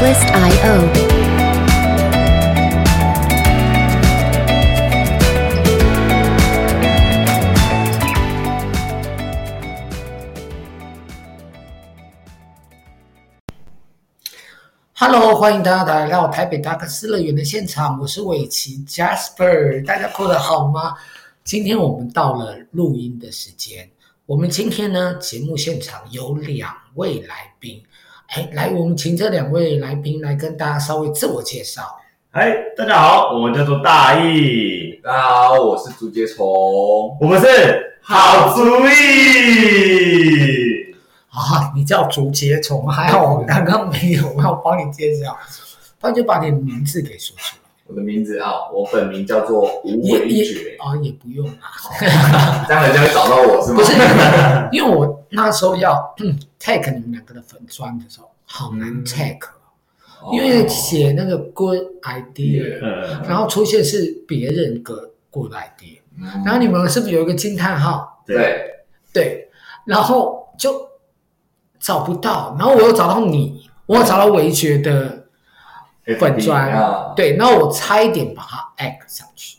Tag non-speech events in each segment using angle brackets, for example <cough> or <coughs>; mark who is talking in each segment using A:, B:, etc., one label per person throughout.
A: Bliss.io.
B: Hello，欢迎大家来到台北达克斯乐园的现场，我是伟奇 Jasper，大家过得好吗？今天我们到了录音的时间，我们今天呢节目现场有两位来宾，哎，来，我们请这两位来宾来跟大家稍微自我介绍。
C: 嗨，哎大家好，我们叫做大义，
D: 大家好，我是竹节虫。
C: 我们是好主意。
B: 啊，你叫竹节虫，还好我刚刚没有，我要帮你介绍，不然就把你的名字给说出来。
D: 我的名字啊，我本名叫做吴伟觉，
B: 啊，也不用啊，
D: 这样人家会找到我是吗？ <laughs>
B: 不是，因为我那时候要 tag 你们两个的粉砖的时候，好难 tag，、
D: 哦，
B: 因为写那个 good idea，、
C: 嗯，
B: 然后出现是别人的 good idea，、
D: 嗯
B: 然后你们是不是有一个惊叹号？
C: 对，
D: 对，
B: 对，然后就找不到，然后我又找到你，我又找到维觉的粉砖，
D: 啊，
B: 对，然后我差一点把它 a g 上去，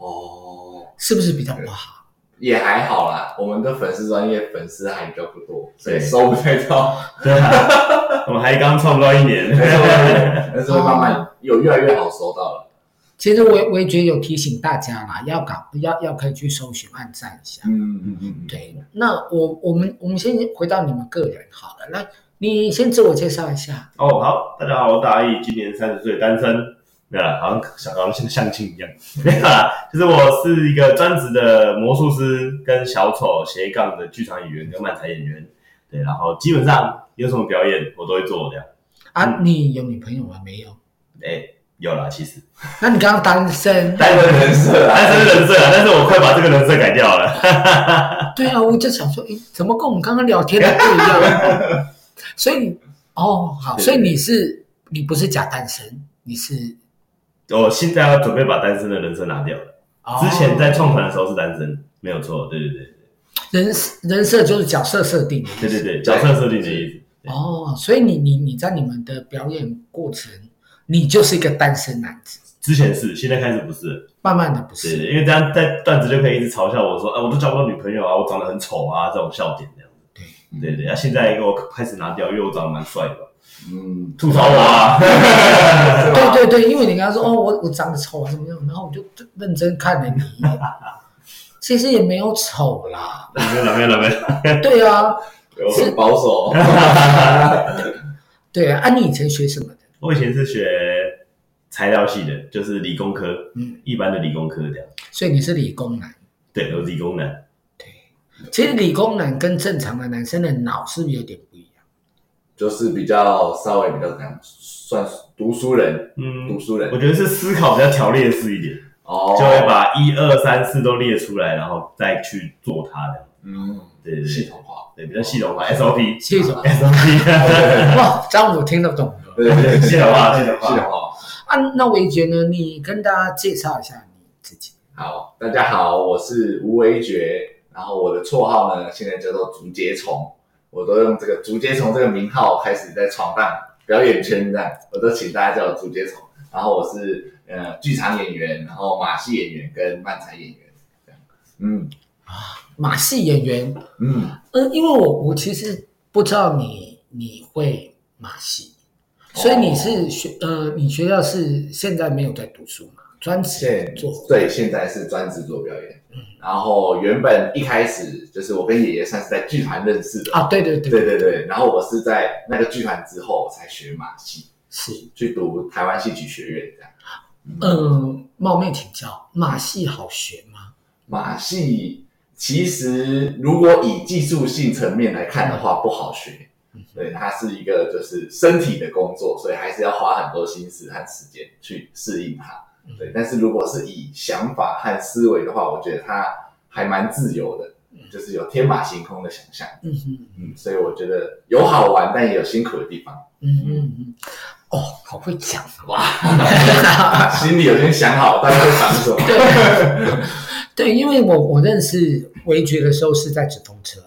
D: 哦，
B: 是不是比较不好？
D: 也还好啦。我们的粉丝专业粉丝还比较不多，所以
C: 对
D: 收不太到，
C: 对啊，我们还刚创不到一年，
D: 但是会但是会慢慢有越来越好收到了。
B: 其实我我也觉得有提醒大家啦，要搞要要可以去搜寻按赞一下。
D: 嗯
C: 嗯嗯
B: 对，那我我们我们先回到你们个人好了，那你先自我介绍一下。
C: 哦，好，大家好，我大义，今年三十岁，单身。没有啦，好像想搞像相亲一样。没有啦，就是我是一个专职的魔术师跟小丑斜杠的剧场演员跟漫才演员。对，然后基本上有什么表演我都会做这样。
B: 啊，你有女朋友吗？没有。
C: 哎、有啦，其实
B: 那你刚刚单身？
D: 单身人设啊，
C: 单身人设啊，但是我快把这个人设改掉了。
B: 对啊，我就想说，诶，怎么跟我们刚刚聊天的不一样？ <laughs> 所以你，哦，好，
D: 对
B: 所以你是你不是假单身，你是
C: 我哦现在要准备把单身的人生拿掉了。
B: 哦
C: 之前在创团的时候是单身，没有错。对对对
B: 人人设就是角色设定的意思。
C: 对对对，角色设定的意思。对
B: 哦，所以你你你在你们的表演过程，你就是一个单身男子，
C: 之前是，现在开始不是了。
B: 慢慢的不
C: 对
B: 是。
C: 对，因为这样在段子就可以一直嘲笑我说，啊，我都交不到女朋友啊，我长得很丑啊，这种笑点这样子。对对，啊，现在我开始拿掉，因为我长得蛮帅的嘛，
D: 嗯，
C: 吐槽我啊。
D: 是吗
B: 对对对，因为你刚刚说哦，我我长得丑啊怎么样，然后我就认真看了你 <laughs> 一眼，其实也没有丑啦。
C: <laughs> 没有了没有了没有了，
B: 对啊，
D: 我很保守，
B: 对啊，啊你以前学什么的？
C: 我以前是学材料系的，就是理工科，
B: 嗯
C: 一般的理工科这样。
B: 所以你是理工男。
C: 对，我是理工男。
B: 其实理工男跟正常的男生的脑是不是有点不一样？
D: 就是比较稍微比较难算读书人，
C: 嗯
D: 读，书人
C: 我觉得是思考比较条列式一点。
D: 哦，
C: 就会把一二三四都列出来，然后再去做它的，
D: 嗯，
C: 对对对
D: 系统化，
C: 对，比较系统化 SOP
B: 是一啊种
C: SOP，
B: 哇，这样我听得懂了
D: 对对
C: 系统化系统化
D: 系统化。
B: 啊。那维觉呢？你跟大家介绍一下你自己。
D: 好，大家好，我是吴维觉，然后我的绰号呢，现在叫做竹节虫，我都用这个竹节虫这个名号开始在闯荡表演圈这样，我都请大家叫我竹节虫。然后我是呃剧场演员，然后马戏演员跟漫才演员这样。嗯
B: 马戏演员，
D: 嗯，
B: 嗯，因为我我其实不知道你你会马戏，所以你
D: 哦
B: 是学、呃，你学校是现在没有在读书嘛，专职
D: 现
B: 做。
D: 对，现在是专职做表演。然后原本一开始就是我跟爷爷算是在剧团认识的，
B: 啊，对对对，
D: 对对对，然后我是在那个剧团之后我才学马戏，
B: 是。
D: 去读台湾戏曲学院这样。
B: 嗯、冒昧请教，马戏好学吗？
D: 马戏其实如果以技术性层面来看的话，不好学，对，它是一个就是身体的工作，所以还是要花很多心思和时间去适应它。对，但是如果是以想法和思维的话，我觉得它还蛮自由的，就是有天马行空的想象。
B: 嗯哼，
D: 嗯，所以我觉得有好玩，但也有辛苦的地方。
B: 嗯嗯嗯，哦，好会讲哇！
D: 心里有先想好，大概会想什么。
B: 对，对，因为我我认识维觉的时候是在纸风车，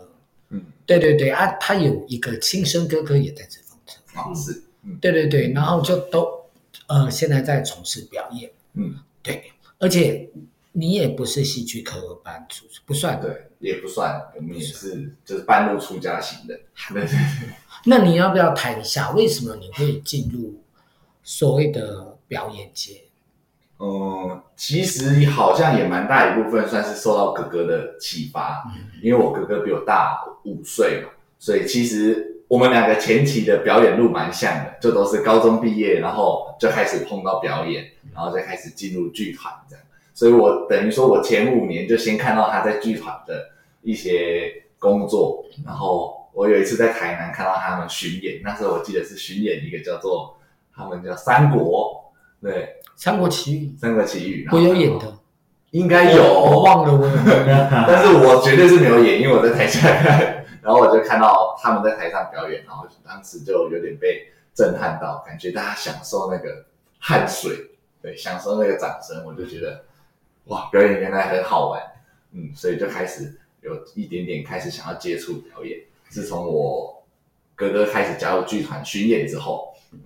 D: 嗯，
B: 对对对啊，他有一个亲生哥哥也在纸风车，
D: 哦，是，嗯
B: 对对对，然后就都呃现在在从事表演，
D: 嗯，
B: 对，而且你也不是戏剧科班出，不算的。
D: 对，也不算，我们也是就是半路出家型的，对对
B: 那你要不要谈一下，为什么你会进入所谓的表演界？
D: 嗯，其实好像也蛮大一部分算是受到哥哥的启发，因为我哥哥比我大五岁嘛，所以其实我们两个前期的表演路蛮像的，就都是高中毕业，然后就开始碰到表演，然后再开始进入剧团这样。所以我等于说我前五年就先看到他在剧团的一些工作，然后我有一次在台南看到他们巡演，那时候我记得是巡演一个叫做他们叫三国，对。
B: 《三国奇遇
D: 三个奇遇，》
B: 我有演的，
D: 应
B: 哎
D: 该有，
B: 我忘了我有演。
D: <laughs> 但是我绝对是没有演，因为我在台下看，然后我就看到他们在台上表演，然后当时就有点被震撼到，感觉大家享受那个汗水，对，享受那个掌声，我就觉得哇，表演原来很好玩，嗯，所以就开始有一点点开始想要接触表演，自从我哥哥开始加入剧团巡演之后，
B: <laughs>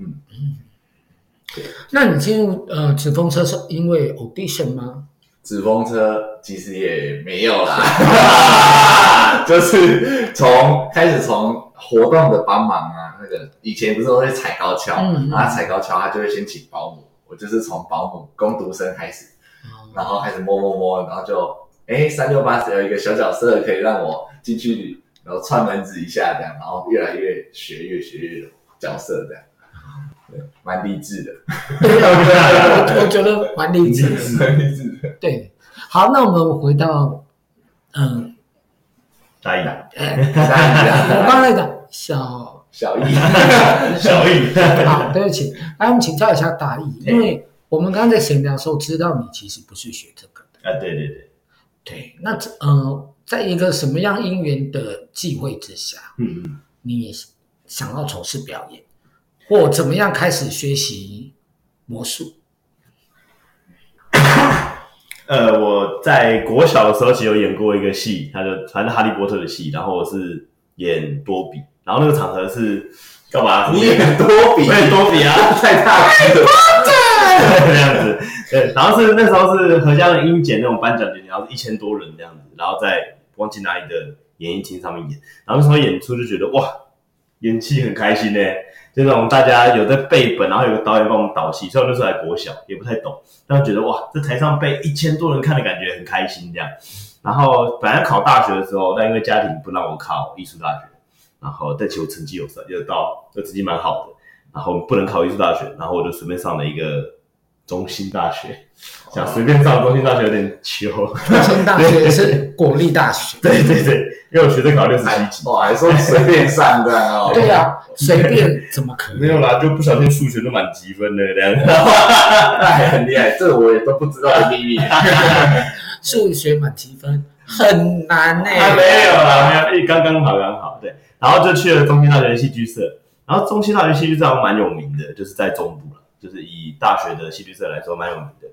B: 那你进入呃纸风车是因为 audition <laughs> 吗？
D: 纸风车其实也没有啦，就是从开始从活动的帮忙啊，那个以前不是都会踩高跷，
B: 嗯嗯
D: 然后踩高跷他就会先请保姆，我就是从保姆工读生开始，然后开始摸摸摸，然后就哎三六八有一个小角色可以让我进去，然后串门子一下这样，然后越来越学越学越有角色这样，对，蛮励志的，
B: <laughs> 我我觉得蛮啊励志的。
D: 蛮励志的，
B: 对，好，那我们回到嗯、
C: 大
D: <laughs>
C: 意，
B: 我刚才讲小
D: 小易。
C: 小啊意，
B: 好，对不起，来，我们请教一下大义，因为我们刚刚在闲聊的时候知道你其实不是学这个的，
C: 啊，对对对，
B: 对，那这呃，在一个什么样因缘的际会之下，
C: 嗯嗯，
B: 你想要从事表演，或怎么样开始学习魔
C: <laughs>
B: 术？
C: 呃，我在国小的时候其实有演过一个戏，它就反正哈利波特的戏，然后我是演多比，然后那个场合是干嘛？
D: 你演多比，
C: 我演多比啊，
D: <laughs> 太大只了。
C: 这样子， <laughs> 对，然后是那时候是合家的英检那种颁奖典礼，然后是一千多人这样子，然后在忘记哪里的演艺厅上面演，然后那时候演出就觉得哇，演戏很开心呢、就那种大家有在背本，然后有个导演帮我们导戏，虽然那时候还国小，也不太懂，但觉得哇，在台上被一千多人看的感觉很开心这样。然后本来考大学的时候，但因为家庭不让我考艺术大学，然后但其实我成绩有上有到，就成绩蛮好的，然后不能考艺术大学，然后我就随便上了一个中心大学，想随便上中心大学有点糗， <laughs>
B: 中山大学是国立大学，
C: 对对对，因为我学测考六十七级，
D: 我还哎说随便上的哦。
B: 对啊，随便怎么可
C: 没
B: 能？
C: 有啦，就不小心数学都满积分的这样。
D: 那还哎很厉害，这我也都不知道的秘密。
B: 数学满积分很难呢、
C: 啊，没有啊，没有，刚刚好，刚好，对。然后就去了中心大学戏剧社，然后中心大学戏剧社好像蛮有名的，就是在中部了，就是以大学的戏剧社来说蛮有名的。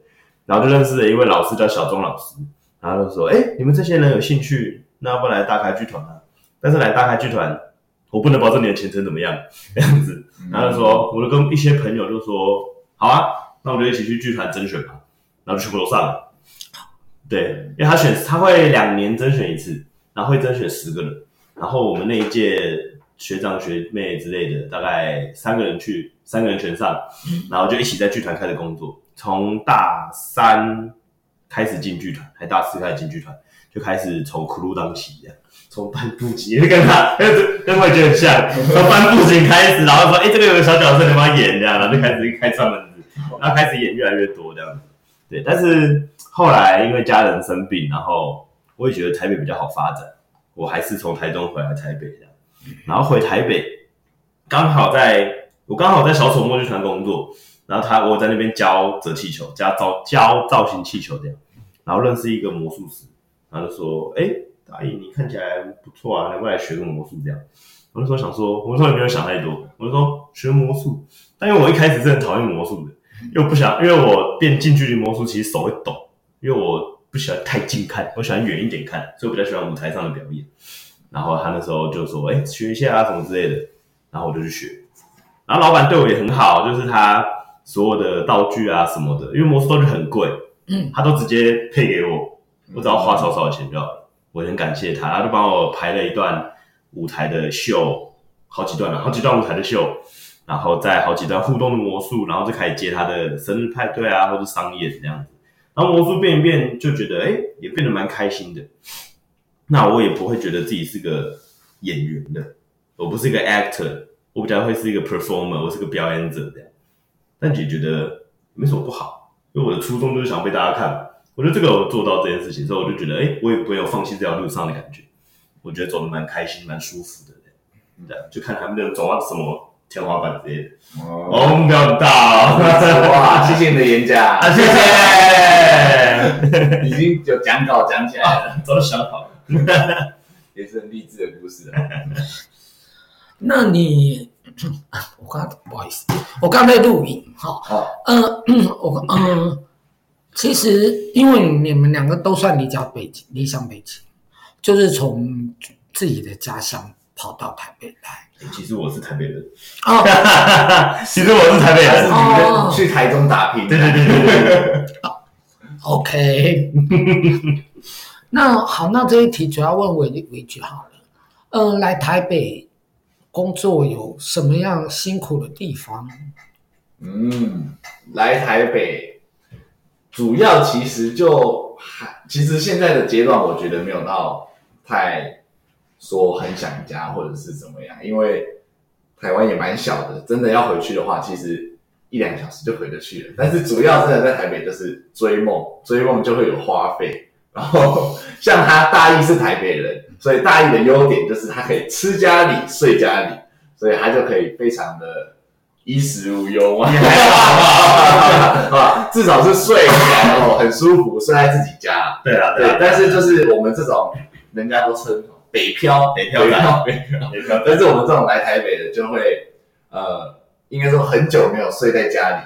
C: 然后就认识了一位老师叫小钟老师，然后就说：“哎，你们这些人有兴趣，那要不然来大开剧团啊？但是来大开剧团，我不能保证你的前程怎么样，这样子。”然后就说，我就跟一些朋友就说，好啊，那我们就一起去剧团甄选吧。然后就全部都上了。对，因为他选他会两年甄选一次，然后会甄选十个人。然后我们那一届学长学妹之类的，大概三个人去，三个人全上，然后就一起在剧团开始工作。从大三开始进剧团，还大四开始进剧团，就开始从苦路当起这样。从搬布景，你跟他 <laughs> 跟跟会觉得很像，从搬布景开始，然后说，哎、这个有个小角色，你帮他演这样，然后就开始开串门子，然后开始演越来越多这样子。对，但是后来因为家人生病，然后我也觉得台北比较好发展，我还是从台中回来台北这样，然后回台北，刚好在我刚好在小丑墨剧团工作，然后他我在那边教折气球，教造教造型气球这样，然后认识一个魔术师，然后就说，哎、大义你看起来不错啊，能不能来学个魔术这样？我那时候想说，我那时候也没有想太多，我就说学魔术，但因为我一开始是很讨厌魔术的。又不想，因为我变近距离魔术，其实手会抖，因为我不喜欢太近看，我喜欢远一点看，所以我比较喜欢舞台上的表演。然后他那时候就说：“哎、学一下啊，什么之类的。”然后我就去学，然后老板对我也很好，就是他所有的道具啊什么的，因为魔术道具很贵，
B: 嗯，
C: 他都直接配给我，我只要花少少的钱就好了。我很感谢他，他就帮我排了一段舞台的秀，好几段了，好几段舞台的秀，然后再好几段互动的魔术，然后就开始接他的生日派对啊，或者商业这样子。然后魔术变一变，就觉得哎、诶也变得蛮开心的。那我也不会觉得自己是个演员的，我不是一个 actor，我比较会是一个 performer，我是个表演者这样。但也觉得没什么不好，因为我的初衷就是想被大家看。我觉得这个我做到这件事情之后，我就觉得，哎、我也没有放弃这条路上的感觉。我觉得走的蛮开心、蛮舒服的，对，啊就看他们能走到什么天花板之类的。
D: 哦，
C: 哦，目标很大、哦，
D: 哇，谢谢你的演讲，
C: 啊，谢谢，
D: 已经有讲稿讲起来了，
C: 早就想好了。
D: 也是很励志的故事啊。
B: 那你， <coughs> 啊我刚刚不好意思，我刚才在录影哈。
D: 好，
B: 呃，我嗯，其实因为你们两个都算离家北京，离乡北京，就是从自己的家乡跑到台北来。
C: 其实我是台北人，
B: 哦，
C: 其实我是台北
D: 但
C: 人。
D: 是你们去台中打拼，
C: 啊哦对对对对对对，
B: OK，那好，那这一题主要问韦韦局好了。呃，来台北工作有什么样辛苦的地方？
D: 嗯，来台北，主要其实就还，其实现在的阶段，我觉得没有到太说很想家或者是怎么样，因为台湾也蛮小的，真的要回去的话，其实一两个小时就回得去了。但是主要真的在台北就是追梦， <laughs> 追梦就会有花费。然后像他大一是台北人，所以大一的优点就是他可以吃家里睡家里，所以他就可以非常的衣食无忧嘛， <laughs> 啊，至少是睡起来哦，很舒服，睡在自己家啊。
C: 对啊，
D: 对
C: 啊，
D: 但是就是我们这种人家都称北漂，
C: 北漂仔
D: 北漂，
C: 也不要
D: 但是我们这种来台北的就会，呃，应该说很久没有睡在家里，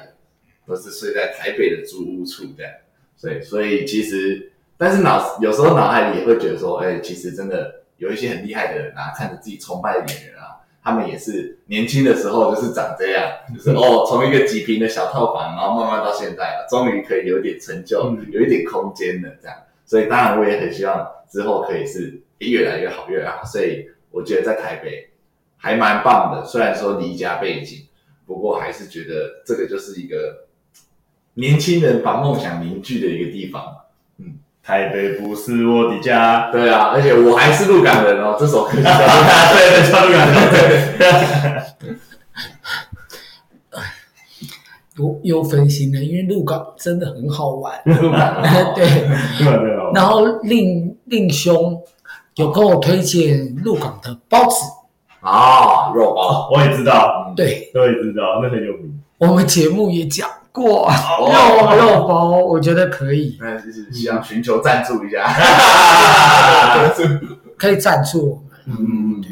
D: 都是睡在台北的租屋处这样。所以，所以其实，但是脑有时候脑海里也会觉得说，哎、其实真的有一些很厉害的人啊，看着自己崇拜的演员啊，他们也是年轻的时候就是长这样，就是哦，从一个几平的小套房，然后慢慢到现在了，终于可以有点成就
C: 嗯，
D: 有一点空间了这样。所以当然我也很希望之后可以是越来越好，越来越好。所以我觉得在台北还蛮棒的，虽然说离家背景，不过还是觉得这个就是一个年轻人把梦想凝聚的一个地方。
C: 台北不是我的家。
D: 对啊，而且我还是鹿港人哦，这首 <laughs> 歌是叫
C: 对对，超感动。
B: 有有分心的，因为鹿港真的很好玩。，
D: 鹿港人哦
B: 对。
C: 对啊对啊，
B: 然后令令兄有跟我推荐鹿港的包子，
D: 啊，肉包，
C: 我也知道，
D: 嗯，
B: 对
C: 我也知道，那很有名。
B: 我们节目也讲过肉
D: 哦
B: 肉包，我觉得可以
D: 那就是希望寻求赞助一 <laughs> 下，
B: 可以赞助我们。
D: 嗯，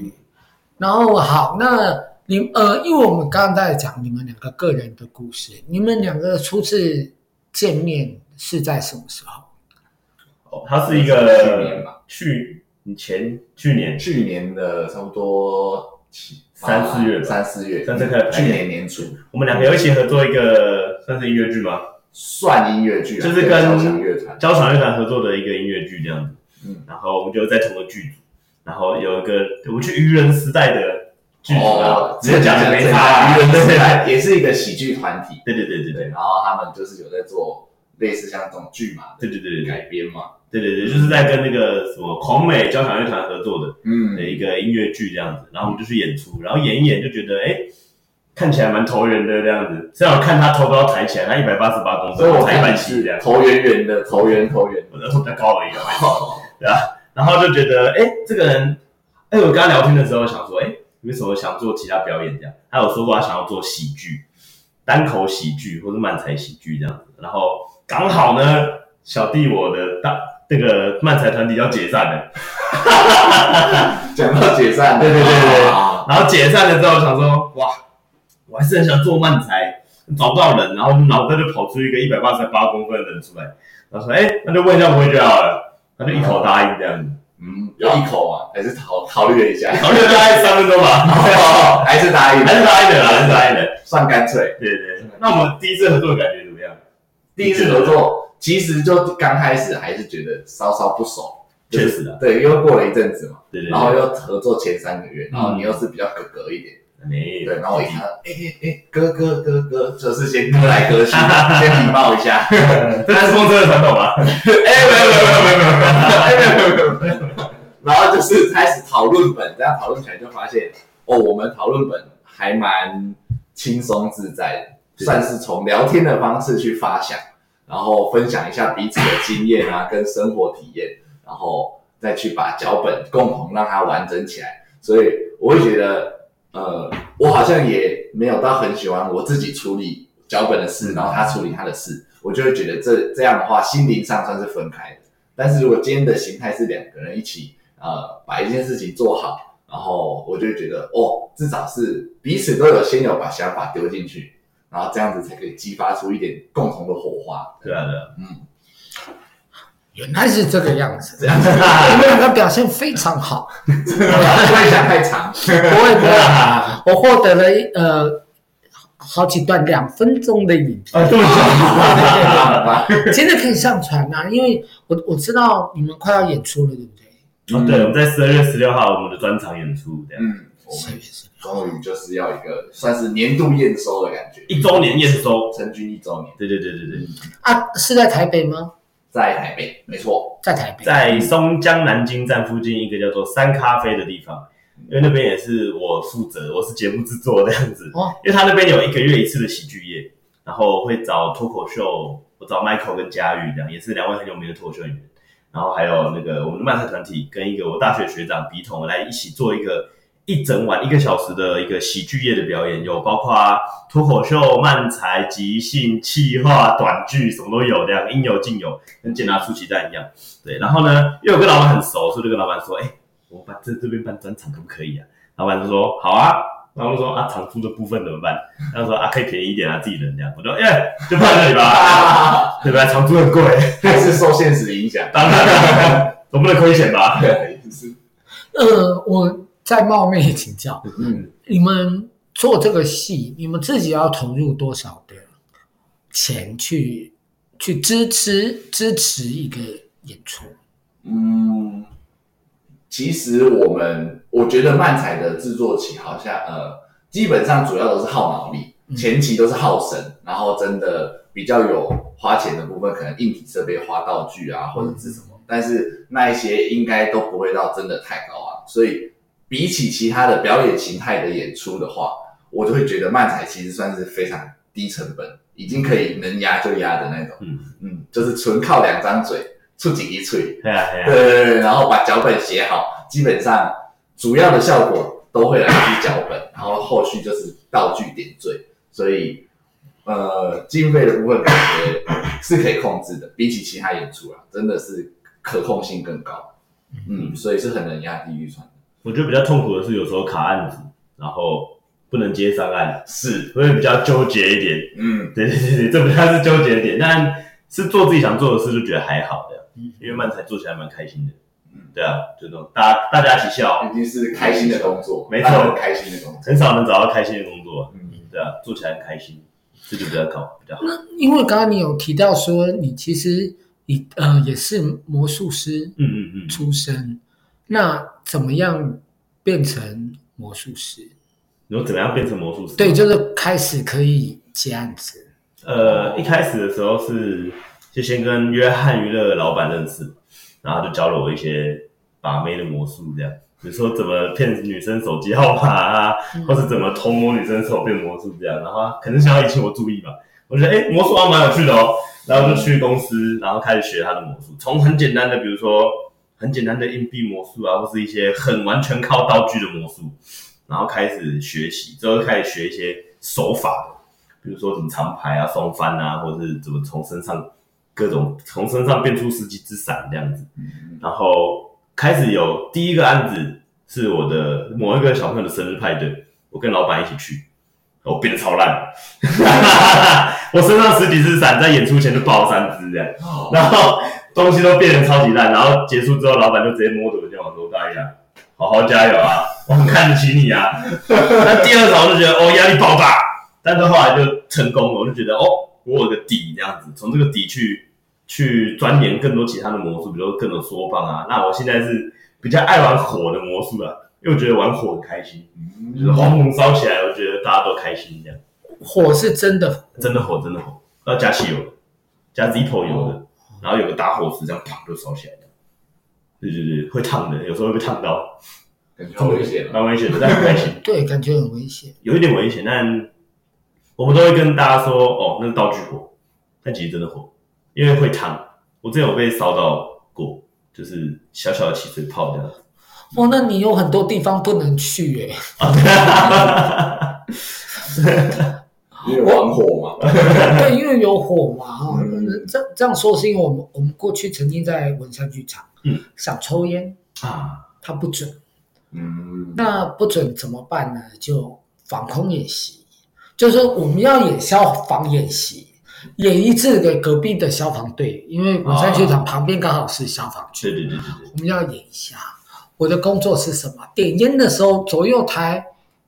B: 然后好，那你呃，因为我们刚刚在讲你们两个个人的故事，你们两个初次见面是在什么时候？
C: 它是一
D: 去年
C: 个
D: 吧
C: 去前去年
D: 去年的差不多七
C: 三四月吧
D: 三四月，嗯
C: 三四月开始排
D: 去
C: 练
D: 年年初
C: 我们两个有一起合作一个算是音乐剧吗？
D: 算音乐剧啊，
C: 就是跟
D: 交响乐团，
C: 交响乐团合作的一个音乐剧这样子。
D: 嗯
C: 然后我们就在同个剧组，然后有一个我们去愚人时代的剧组
D: 哦
C: 啊，直接讲的没差，啊
D: 愚人时
C: 时代。
D: 代也是一个喜剧团体，
C: 对对对对
D: 对，
C: 对
D: 然后他们就是有在做类似像这种剧嘛
C: 对对对对
D: 改编嘛，
C: 对对对，就是在跟那个什么狂美交响乐团合作的。
D: 嗯
C: 的一个音乐剧这样子，然后我们就去演出，然后演一演就觉得哎、诶看起来蛮投缘的这样子。虽然我看他头高抬起来，他一百八十八公
D: 所以
C: 分，
D: 我
C: 才一
D: 哦看
C: 百
D: 你
C: 七这
D: 是
C: 样，
D: 头圆圆的，头圆头圆
C: 我的头比较高而已啊。
D: 哦，
C: 然后就觉得哎、诶这个人，哎、我跟他聊天的时候想说，哎、你为什么想做其他表演这样？他有说过他想要做喜剧，单口喜剧或者漫才喜剧这样子。然后刚好呢，小弟我的大那个漫才团体要解散了。
D: 讲到解散了，
C: 对对对对对
D: 啊
C: 然后解散了之后，想说哇，我还是很想做漫才，找不到人，然后脑袋就跑出一个一百八十八公分的人出来，然后说哎、那就问一下我就好了，他就一口答应这样子，
D: 嗯，有一口嘛，还是考考虑了一下，哦
C: 好像
D: <laughs>
C: 大概三分钟吧，
D: 还是答应，
C: 啊还是答应的啦，还是答应的。
D: 算干脆。
C: 对对，那我们第一次合作的感觉怎么样？
D: 第一次合作，其实就刚开始还是觉得稍稍不熟，
C: 确实啊，
D: 对，因为过了一阵子嘛，
C: 对对对，
D: 然后又合作前三个月，然后你又是比较哥哥一点，
C: 没
D: 嗯对，然后我一看，哎哎哎，哥哥哥哥，就是先哥来 <laughs> 哥去，先礼貌一 <laughs> 下，
C: 这是公车的传统吗？
D: <laughs> 哎，没有没有没有没有没有，哎没有没有没有。然后就是开始讨论本，这样讨论起来就发现，哦，我们讨论本还蛮轻松自在的，
C: 对
D: 算是从聊天的方式去发想，然后分享一下彼此的经验啊，跟生活体验，然后再去把脚本共同让它完整起来。所以我会觉得，呃，我好像也没有到很喜欢我自己处理脚本的事，然后他处理他的事，我就会觉得这这样的话，心灵上算是分开的。但是如果今天的形态是两个人一起，呃，把一件事情做好，然后我就会觉得，哦，至少是彼此都有先有把想法丢进去，然后这样子才可以激发出一点共同的火
C: <laughs>
D: 花。
C: 对啊对啊，
B: 原来是这个样子，
D: 这样子，
B: 你们两个表现非常好，
D: 不会想太
C: <laughs>
D: 长。
B: 不会不
C: 啊
D: <laughs> 啊
B: 会，我获得了一呃好几段两分钟的影
C: <laughs> 啊这么久，
B: <laughs> 片，真的可以上传啊，因为我我知道你们快要演出了，对不对？
C: 哦对，我们在十二月十六号我们的专场演出，这样 <laughs>
D: 嗯，我
B: 是
D: 们
B: 是。
D: 终于就是要一个算是年度验收的感觉，
C: 一周年验收，
D: 成军一周年，
C: 对对对对对，
B: 啊，是在台北吗？
D: 在台北，没错，
B: 在台北。
C: 在松江南京站附近一个叫做三咖啡的地方，因为那边也是我负责，我是节目制作这样子。
B: 哦
C: 因为他那边有一个月一次的喜剧夜，然后会找脱口秀，我找 Michael 跟佳玉这样，也是两位很有名的脱口秀演员，然后还有那个我们的漫才团体跟一个我大学学长笔筒来一起做一个一整晚一个小时的一个喜剧夜的表演，有包括脱口秀、漫才、即兴、气化、短剧，什么都有，这样应有尽有，跟健达出奇蛋一样。对，然后呢，因为我跟老板很熟，所以就跟老板说，哎、我办这这边办专场可不可以啊？老板就说好啊，然后我就说啊，场租的部分怎么办？他就说啊，可以便宜一点啊，自己人这样。我说耶、就放在这里吧，
D: 啊，
C: 对吧？场租很贵，
D: 还是受现实影响， <laughs>
C: 当然了，总不能亏钱吧？
D: 对，是，
B: 呃，我再冒昧请教，
D: 嗯，
B: 你们做这个戏，你们自己要投入多少的钱去去支持支持一个演出？
D: 嗯，其实我们我觉得漫彩的制作期好像呃，基本上主要都是耗脑力，
B: 嗯
D: 前期都是耗神，然后真的比较有花钱的部分，可能硬体设备花道具啊，或者是什么，但是那一些应该都不会到真的太高昂，所以比起其他的表演形态的演出的话，我就会觉得漫彩其实算是非常低成本，已经可以能压就压的那种，
C: 嗯，
D: 嗯，就是纯靠两张嘴，触景一吹。
C: 对啊对啊，
D: 对对对，然后把脚本写好，基本上主要的效果都会来自于脚本，然后后续就是道具点缀，所以呃，经费的部分感觉是可以控制的，比起其他演出啊，真的是可控性更高，嗯，所以是很能压低预算的。
C: 我觉得比较痛苦的是有时候卡案子，然后不能接上案，
D: 是，
C: 会比较纠结一点。
D: 嗯，
C: 对对对对，这比较是纠结的点，但是做自己想做的事就觉得还好的，
B: 嗯
C: 因为漫才做起来蛮开心的
D: 嗯。
C: 对啊，就这种大家大家一起笑，
D: 毕竟是开心的工作，
C: 没错
D: 让人开心的工作，
C: 很少能找到开心的工作。
D: 嗯，
C: 对啊，做起来很开心，这就比较高比较好。
B: 因为刚刚你有提到说，你其实你呃也是魔术师
C: 嗯嗯嗯，
B: 出身，那怎么样变成魔术师？
C: 你说怎么样变成魔术师？
B: 对，就是开始可以接案子。
C: 呃，一开始的时候是就先跟约翰娱乐的老板认识，然后他就教了我一些把妹的魔术，这样，比如说怎么骗女生手机号码啊，
B: 嗯
C: 或是怎么偷摸女生手变魔术这样，然后他可能想要引起我注意吧，我觉得哎、诶魔术还蛮有趣的哦，然后就去公司，然后开始学他的魔术，从很简单的，比如说很简单的硬币魔术啊，或是一些很完全靠道具的魔术，然后开始学习，之后开始学一些手法比如说怎么长排啊、双翻啊，或者是怎么从身上各种从身上变出十几只伞这样子。
D: 嗯
C: 然后开始有第一个案子是我的某一个小朋友的生日派对，我跟老板一起去，我变得超烂， <laughs> <laughs>
D: 哦
C: 我身上十几只伞在演出前就爆了三只这样。然后东西都变成超级烂，然后结束之后，老板就直接摸着我肩膀说：“大爷啊，好好加油啊，我很看得起你啊。” <laughs> 那第二场我就觉得哦压力爆大，但是后来就成功了，我就觉得哦我有个底这样子，从这个底去去钻研更多其他的魔术，比如说各种缩放啊。那我现在是比较爱玩火的魔术了，因为我觉得玩火很开心，就是
D: 嗯，
C: 红红烧起来，我觉得大家都开心这样。
B: 火是真的，
C: 真的火，真的火，要加汽油，加 Zippo 油的，然后有个打火石，这样啪就烧起来的。对对对，会烫的，有时候会被烫到，
D: 感觉好
C: 哦
D: 危险啊！
C: 蛮危险的，但很开 <laughs> 心，
B: 对，感觉很危险。
C: 有一点危险，但我们都会跟大家说，哦，那是道具火，但其实真的火，因为会烫。我之前有被烧到过，就是小小的起水泡这样。
B: 哇，哦那你有很多地方不能去耶、
D: 你有玩火吗？
B: 对，因为有火嘛，哈、
D: 嗯
B: 这这样说是因为我们我们过去曾经在文山剧场，
C: 嗯，
B: 想抽烟，
C: 啊，
B: 它不准，
D: 嗯，
B: 那不准怎么办呢？就防空演习，就是说我们要演消防演习，演一次给隔壁的消防队，因为文山剧场旁边刚好是消防
C: 对
B: 局，
C: 对对对对，
B: 我们要演一下。我的工作是什么？点烟的时候，左右台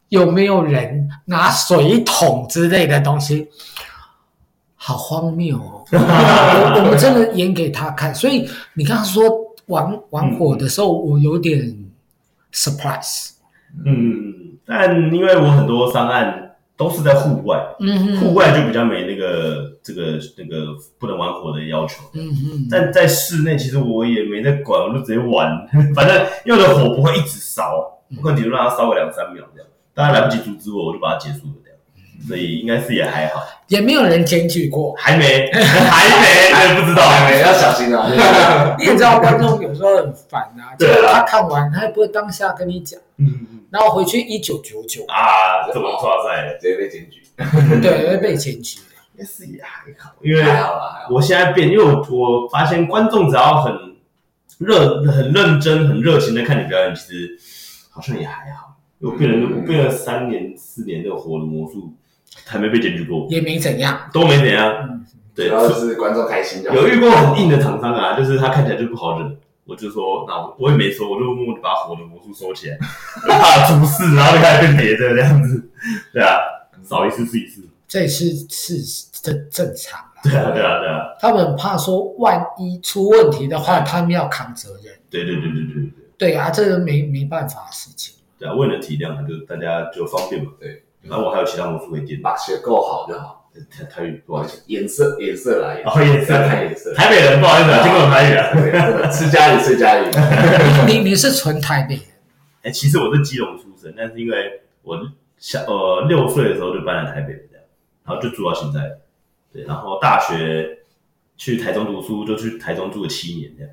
B: 有没有人拿水桶之类的东西？好荒谬哦！我我们真的演给他看，所以你刚刚说玩玩火的时候，我有点 surprise。
C: 嗯嗯嗯，但因为我很多商案都是在户外，
B: 嗯
C: 户
B: 哼，
C: 外就比较没那个这个那个不能玩火的要求，
B: 嗯哼，
C: 但在室内其实我也没在管，我就直接玩， <laughs> 反正因为我的火不会一直烧，
D: 嗯
C: 我可能顶多让它烧个两三秒这样，当然来不及阻止我，我就把它结束了这样，
D: 嗯
C: 所以应该是也还好，
B: 也没有人检举过。
C: 还没，还没，我也
D: <laughs>
C: 不知道，
D: 还没要小
C: <laughs>
D: 心啊！
B: 你也知道观众有时候很烦啊，就
C: 对啊
B: 是他看完他也不会当下跟你讲，
C: 嗯
B: 然后回去一九九九，
C: 啊，这么抓在，
D: 直接被检举，
B: 对，会被检举。
C: 应该是也还好，因为
D: 还好啦，还好。
C: 我现在变，因为我我发现观众只要很热、很认真、很热情的看你表演，其实好像也还好。因为我变了，
D: 嗯
C: 我变了三年、四年这个火的魔术，还没被检举过，
B: 也没怎样。
C: 都没怎样。
B: 嗯，
C: 对，
D: 主要就是观众开心就好。
C: 有遇过很硬的厂商啊，就是他看起来就不好惹，我就说，那我我也没说，我就默默的把火的魔术收起来， <laughs> 我怕出事，然后就开始变别的这样子。对啊，少一次是一次。
B: 这也是是正正常啦。
C: 对啊，对啊，对啊，
B: 他们怕说万一出问题的话，他们要扛责任。
C: 对对对对对对。
B: 对啊，这个没没办法的事情。
C: 对啊，为了体谅，就大家就方便嘛。
D: 对，
C: 然后我还有其他魔术可以点，
D: 把血够好就好，
C: 台台语不好意思，
D: 颜色颜色啦，
C: 哦颜色
D: 不要看颜色，
C: 台北人不好意思啊，听不懂台语啊。
D: 对真的吃家里睡家
C: <laughs>
D: 里，
B: 你你你是纯台北人，
C: 哎，其实我是基隆出生，但是因为我小呃六岁的时候就搬来台北了，这样，然后就住到现在。对，然后大学去台中读书，就去台中住了七年这样。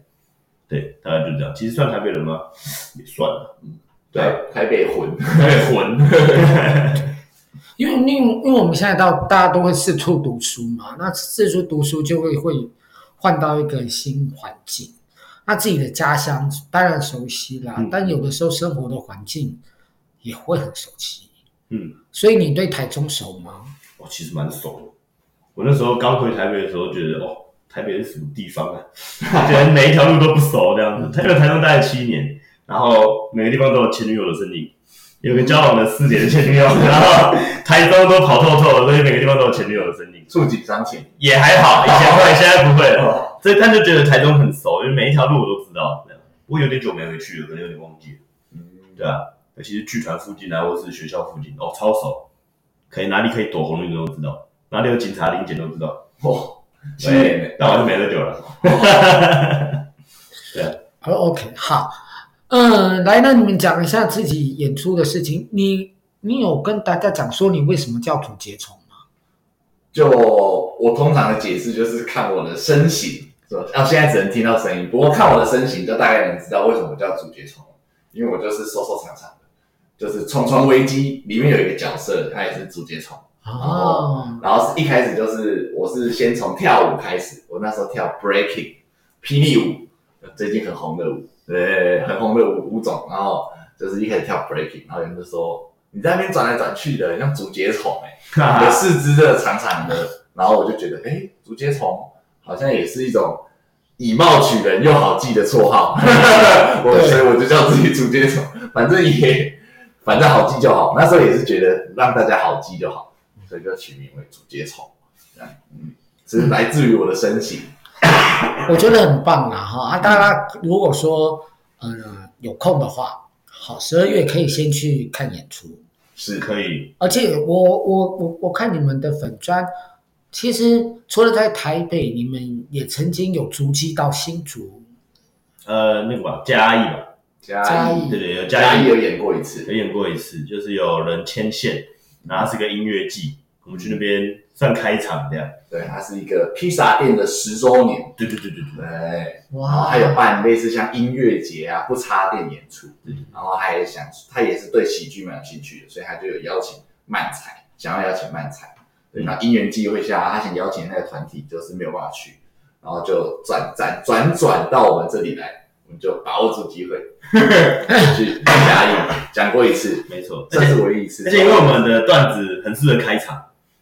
C: 对，大概就这样。其实算台北人吗？也算了，
D: 对，台北魂，
C: 台北混。 <laughs>
B: 因为因为因为我们现在到大家都会四处读书嘛，那四处读书就会会换到一个新环境。那自己的家乡当然熟悉啦，
C: 嗯
B: 但有的时候生活的环境也会很熟悉。
C: 嗯，
B: 所以你对台中熟吗？
C: 我哦其实蛮怂的。我那时候刚回台北的时候，觉得哦，台北是什么地方啊？ <laughs> 觉得每一条路都不熟这样子。台北台中待了七年，然后每个地方都有前女友的身影，有个交往了四年的前女友，然后台中都跑透透了，所以每个地方都有前女友的身影，
D: 触景伤情，
C: 也还好，以前会，现在不会了。
D: 哦
C: 所以但就觉得台中很熟，因为每一条路我都知道。这样，不过有点久没回去了，可能有点忘记了。
D: 嗯
C: 对啊，尤其是剧团附近啊，或是学校附近，哦，超熟，可以哪里可以躲红绿灯都知道，哪里有警察临检都知道。
D: 哦，七年
C: 但我还是没多久了。
B: 哦，OK，好，嗯，来，那你们讲一下自己演出的事情。你你有跟大家讲说你为什么叫竹节虫吗？
D: 就我通常的解释就是看我的身形，是吧？啊，现在只能听到声音，不过看我的身形就大概能知道为什么叫主角虫，因为我就是瘦瘦长长的，就是《虫虫危机》里面有一个角色，他也是主角虫，
B: 哦，
D: 然后是一开始就是我是先从跳舞开始，我那时候跳 breaking 霹雳舞，最近很红的舞，对，很红的舞舞种，然后就是一开始跳 breaking，然后有人就说你在那边转来转去的，很像竹节虫哎、你的
C: <laughs>
D: 四肢真的长长的，然后我就觉得，哎，竹节虫好像也是一种以貌取人又好记的绰号， <laughs> 我
B: 对
D: 所以我就叫自己主角手，反正也反正好记就好。那时候也是觉得让大家好记就好，所以就取名为主角虫，这样，嗯，只是来自于我的身形。
B: 我觉得很棒啦哈！啊，大家如果说呃有空的话，好，十二月可以先去看演出。
D: 是
C: 可以，
B: 而且我我我我看你们的粉砖，其实除了在台北，你们也曾经有足迹到新竹，
C: 呃，那个吧，嘉义吧，
D: 嘉
B: 嗯
D: 义，
C: 对对，有嘉
D: 嘉义
C: 义
D: 有演过一次，
C: 有演过一次，就是有人牵线，然后它是个音乐季，我们去那边算开场这样。
D: 对，它是一个披萨店的十周年，
C: 对对对对对，
D: 对。然后
B: 哇，
D: 还有办类似像音乐节啊、不插电演出
C: 嗯，
D: 然后他也想，他也是对喜剧蛮有兴趣的，所以他就有邀请漫才，想要邀请漫才。对，
C: 嗯
D: 那因缘际会下，他想邀请那个团体，就是没有办法去，然后就转转转转到我们这里来，我们就把握住机会去嘉义讲过一次，
C: 没错。而
D: 算
C: 且
D: 是唯一一次。
C: 而且因为我们的段子很适合开场，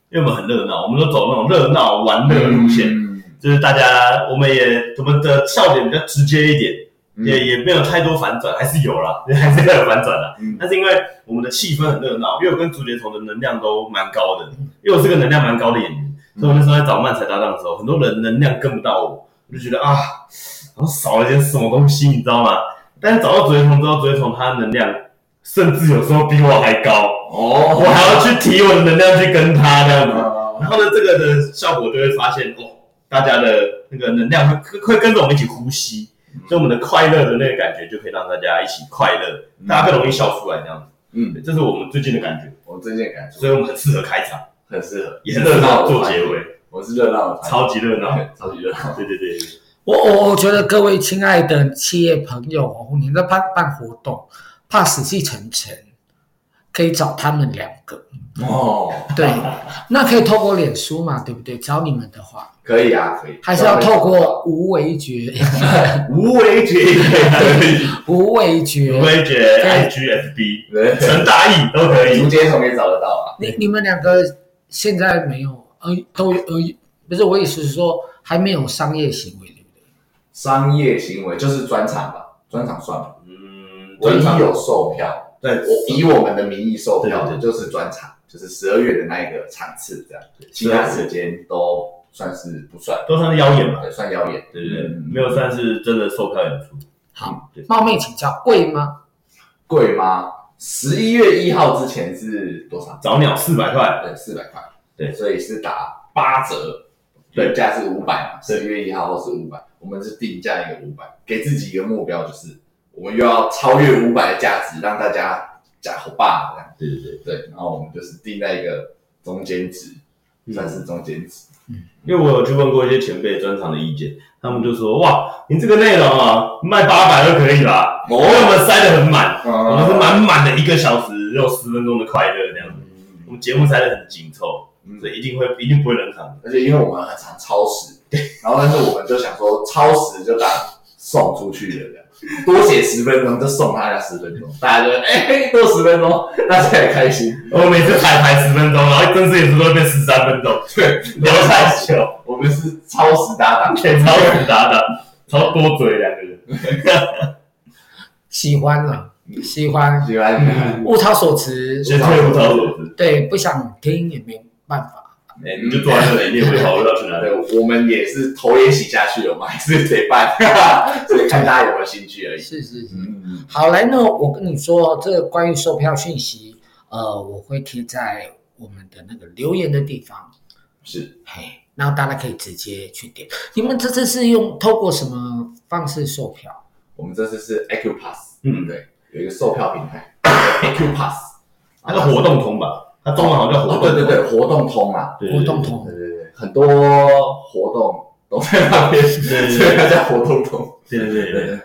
C: 因为我们很热闹，我们都走那种热闹玩乐路线，
D: 嗯
C: 就是大家我们也我们的笑点比较直接一点，
D: 嗯
C: 也也没有太多反转，还是有啦， <laughs> 还是有反转啦。
D: 嗯
C: 那是因为我们的气氛很热闹，因为我跟竹节虫的能量都蛮高的，因为我是个能量蛮高的演员，所以我那时候在找漫才搭档的时候，很多人能量跟不到我，我就觉得啊，好像少了点什么东西，你知道吗？但是找到竹节虫之后，竹节虫他的能量甚至有时候比我还高，
D: 哦，
C: 啊我还要去提我的能量去跟他这样子，
D: 呃
C: 然后呢，这个的效果就会发现哦，大家的那个能量会会跟着我们一起呼吸，所以我们的快乐的那个感觉就可以让大家一起快乐，大家更容易笑出来这样子。
D: 嗯，
C: 对这是我们最近的感觉，
D: 我最近的感触
C: 所以我们很适合开场，
D: 很适合，
C: 也很适合做结尾，
D: 我是热闹的团体，
C: 超级热闹。
D: 超级热闹。
C: 对对对，
B: 我我我觉得各位亲爱的企业朋友哦，你们在办办活动，怕死气沉沉，可以找他们两 <laughs> 个，
D: 哦，
B: 对，那可以透过脸书嘛，对不对？找你们的话，
D: 可以啊，可以，
B: 还是要透过无为 <laughs> 觉，
D: 无为决定， <laughs>
B: 无为觉
C: 我，会觉得 IG、FB、
D: 对
C: 陈大义都可以
D: 竹。节虫也找得到啊。
B: 你你们两个现在没有，呃，都有呃，不是我意思是说还没有商业行为，对不对？
D: 商业行为就是专场吧，专场算吧。
C: 嗯，
D: 唯
C: 专
D: 一
C: 场
D: 有售票，
C: 对，
D: 我以我们的名义售票
C: 对
D: 的就是专场，就是十二月的那一个场次这样，其他时间都算是不算，
C: 都算是妖演吧，
D: 对，算耀眼。
C: 对不对？
D: 嗯
C: 没有算是真的售票演出。
B: 好
C: 对，
B: 冒昧请教，贵吗？
D: 贵吗？十一月一号之前是多少？
C: 早鸟四百块，
D: 对，四百块。
C: 对
D: 所以是打八折，原价是五百嘛，十月一号后是五百，我们是定价一个五百，给自己一个目标，就是我们又要超越五百的价值，让大家假好吧这样。
C: 对对对，
D: 对，然后我们就是定在一个中间值，
C: 嗯
D: 算是中间值。
C: 因为我有去问过一些前辈专场的意见，他们就说：“哇，你这个内容啊，卖八百就可以啦。”因
D: 哦
C: 为我们塞得很满，
D: 嗯
C: 我们是满满的一个小时，有十分钟的快乐这样子。我
D: 嗯，
C: 们节目塞得很紧凑，
D: 嗯
C: 所以一定会一定不会冷场的。
D: 而且因为我们很常超时，然后但是我们就想说超时就当送出去了这样。多写十分钟就送大家十分钟，大家就哎、嘿多十分钟，大家也开心。
C: 我哦每次彩排十分钟，然后正式演出都会变十三分钟，
D: 对，
C: <laughs> 聊太久，
D: 我们是超时搭档，
C: 可以超死打打，超多嘴两个人。
B: 喜欢了，喜欢，
D: 喜欢
B: 物超所值，
C: 先退无头所知，
B: 对，不想听也没办法。
C: 哎、你就坐在这里，你也不会跑不到去哪里。
D: 对，我们也是头也洗下去了嘛，还是得办， <laughs> 所以看大家有没有兴趣而已。
B: 是是是。
D: 嗯，
B: 好来呢，我跟你说，这个关于售票讯息，呃，我会贴在我们的那个留言的地方，
D: 是
B: 嘿，然后大家可以直接去点。你们这次是用透过什么方式售票？
D: 我们这次是 AccuPass，
C: 嗯
D: 对，有一个售票平
C: <coughs>
D: 台啊 AccuPass，
C: 那个活动通吧，它中文好像叫活
D: 哦，
C: 动
D: 对对
C: 通。
D: 对，活动通啊，
C: 对
B: 活动。
D: 对
B: 通，
D: 对对，很多活动都在那边，
C: 对对
D: 所以它叫活动通。
C: 对对对对。